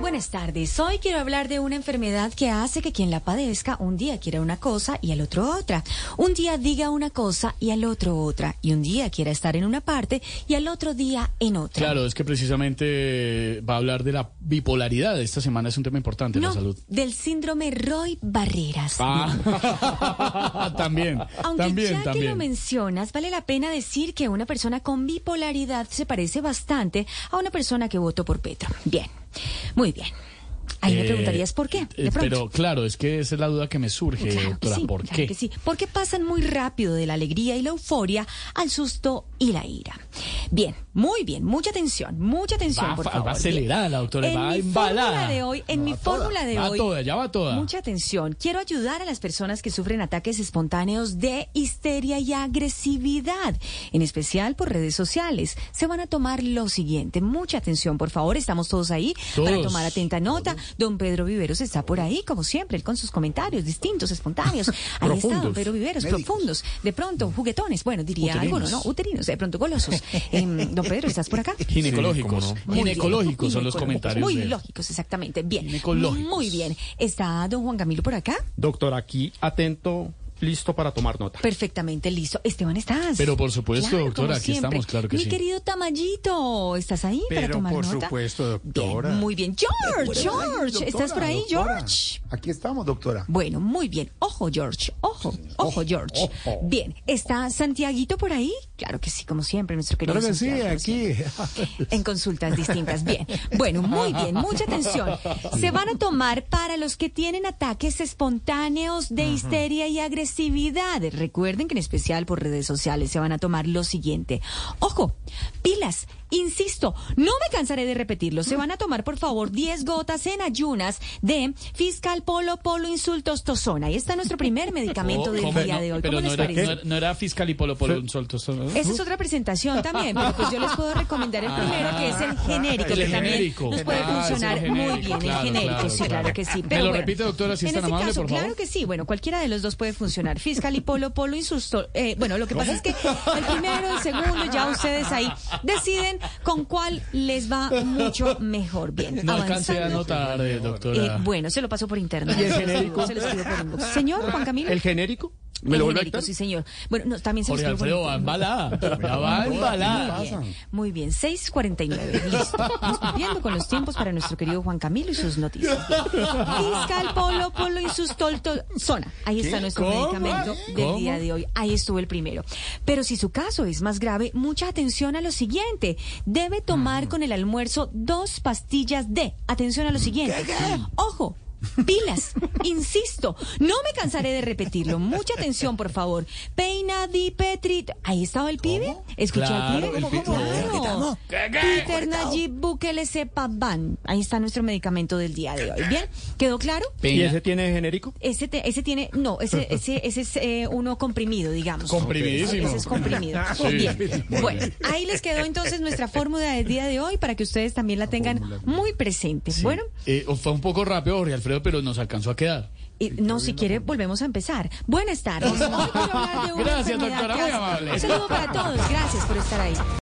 buenas tardes. Hoy quiero hablar de una enfermedad que hace que quien la padezca un día quiera una cosa y al otro otra. Un día diga una cosa y al otro otra. Y un día quiera estar en una parte y al otro día en otra. Claro, es que precisamente va a hablar de la bipolaridad. Esta semana es un tema importante en No, la salud. del síndrome Roy Barreras. Ah, también, Aunque también, ya que lo también. mencionas, vale la pena decir que una persona con bipolaridad se parece bastante a una persona que votó por Petro. Bien, muy bien. Ahí me Eh, preguntarías por qué. eh, De pronto. Pero claro, es que esa es la duda que me surge, Claro que Eh, doctora. sí, ¿Por claro qué? que sí. Porque pasan muy rápido de la alegría y la euforia al susto y la ira. Bien, muy bien, mucha atención, mucha atención, Va por fa- va favor. Bien. acelerada la doctora, En va mi embalada. fórmula de hoy, en mi fórmula de Va hoy. toda, ya va toda. Mucha atención. Quiero ayudar a las personas que sufren ataques espontáneos de histeria y agresividad, en especial por redes sociales. Se van a tomar lo siguiente. Mucha atención, por favor. Estamos todos ahí para Todos. tomar atenta nota. Don Pedro Viveros está por ahí, como siempre, él con sus comentarios distintos, espontáneos. Ahí está Don Profundos. Pedro Viveros, profundos. De pronto, juguetones. Bueno, diría Uterinos. algunos, ¿no? Uterinos, de pronto golosos. Em, don Pedro, ¿estás por acá? Ginecológicos. Sí, Muy bien. Ginecológicos son los comentarios. Muy de- lógicos, exactamente. Bien. Ginecológicos. Muy bien. ¿Está don Juan Camilo por acá? Doctor, aquí atento, listo para tomar nota. Perfectamente listo. Esteban, ¿estás? Pero por supuesto, Claro, doctora, como aquí siempre. estamos, claro que Mi sí. querido Tamayito, ¿estás ahí para Pero tomar por nota? supuesto, doctora. Bien, muy bien. George, George, ¿estás por ahí, George? Aquí estamos, doctora. Bueno, muy bien. Ojo, George. Ojo, ojo, Ojo, George. ojo. Bien, ¿está Santiaguito por ahí? Claro que sí, como siempre, nuestro querido Claro que sí, Santiago, como aquí. en consultas distintas. Bien, bueno, muy bien, mucha atención. Se van a tomar para los que tienen ataques espontáneos de histeria y agresividad. Recuerden que en especial por redes sociales se van a tomar lo siguiente. Ojo, pilas, insisto, no me cansaré de repetirlo. Mm. Se van a tomar, por favor, 10 gotas en ayunas de Fiscal Polo Polo Insultos Tozona. Ahí está nuestro primer medicamento Oh, del ¿cómo? día No, de hoy. Pero ¿Cómo no, les era, parece? no era- no era fiscal y polo polo un solto. solo, ¿no? Esa es otra presentación también, pero pues yo les puedo recomendar el primero, que es el genérico, Ah, El que genérico. también nos puede Ah, funcionar es el muy genérico, bien, el claro, genérico, claro, sí, claro claro. que sí. ¿Me Pero lo bueno, repite, doctora, si es en tan este amable, caso, por favor? Claro que sí, bueno, cualquiera de los dos puede funcionar, fiscal y polo, polo, insusto, eh, bueno, lo que pasa es que el primero, el segundo, ya ustedes ahí deciden con cuál les va mucho mejor. Bien, No alcancé a Eh, avanzando. anotar, eh, Eh, doctora. bueno, se lo paso por internet. ¿Y el se los pido- genérico? Se los pido por inbox. Señor Juan Camilo. ¿El genérico? ¿Me El lo vuelve a genérico, dictar? Sí, señor. Bueno, no, también se los Jorge pido por Alfredo va internet. embalada. Ya va embalada. Muy bien, muy bien. 6.49. Listo. Estamos cumpliendo con los tiempos para nuestro querido Juan Camilo y sus noticias. Fiscal Polo Polo y sus tolto zona. Ahí está nuestro ¿Cómo? medicamento del ¿Cómo? día de hoy. Ahí estuvo el primero. Pero si su caso es más grave, mucha atención a lo siguiente. Debe tomar Mm. con el almuerzo dos pastillas de. Atención a lo siguiente. Ojo. Pilas, insisto, no me cansaré de repetirlo. Mucha atención, por favor. Peina di Petri. Ahí estaba el pibe. Escuché al Claro, pibe. el ¿Cómo, pibe. cómo? Claro. Claro. Peter Nayib Bukele Sepaban. Ahí está nuestro medicamento del día de hoy. ¿Bien? ¿Quedó claro? ¿Y ese tiene genérico? Ese, te- ese tiene, no, ese, ese, ese es eh, uno comprimido, digamos. Comprimidísimo. Ese es comprimido. Pues Sí. Bien. Muy Bueno, bien. ahí les quedó entonces nuestra fórmula del día de hoy para que ustedes también la tengan muy presente. Sí. Bueno, Eh, fue un poco rápido, Jorge Alfredo, pero nos alcanzó a quedar. eh, no, si quiere, volvemos a empezar. Buenas tardes. Hoy quiero hablar de una Gracias, enfermedad doctora, que muy hace- amable. Un saludo para todos. Gracias por estar ahí.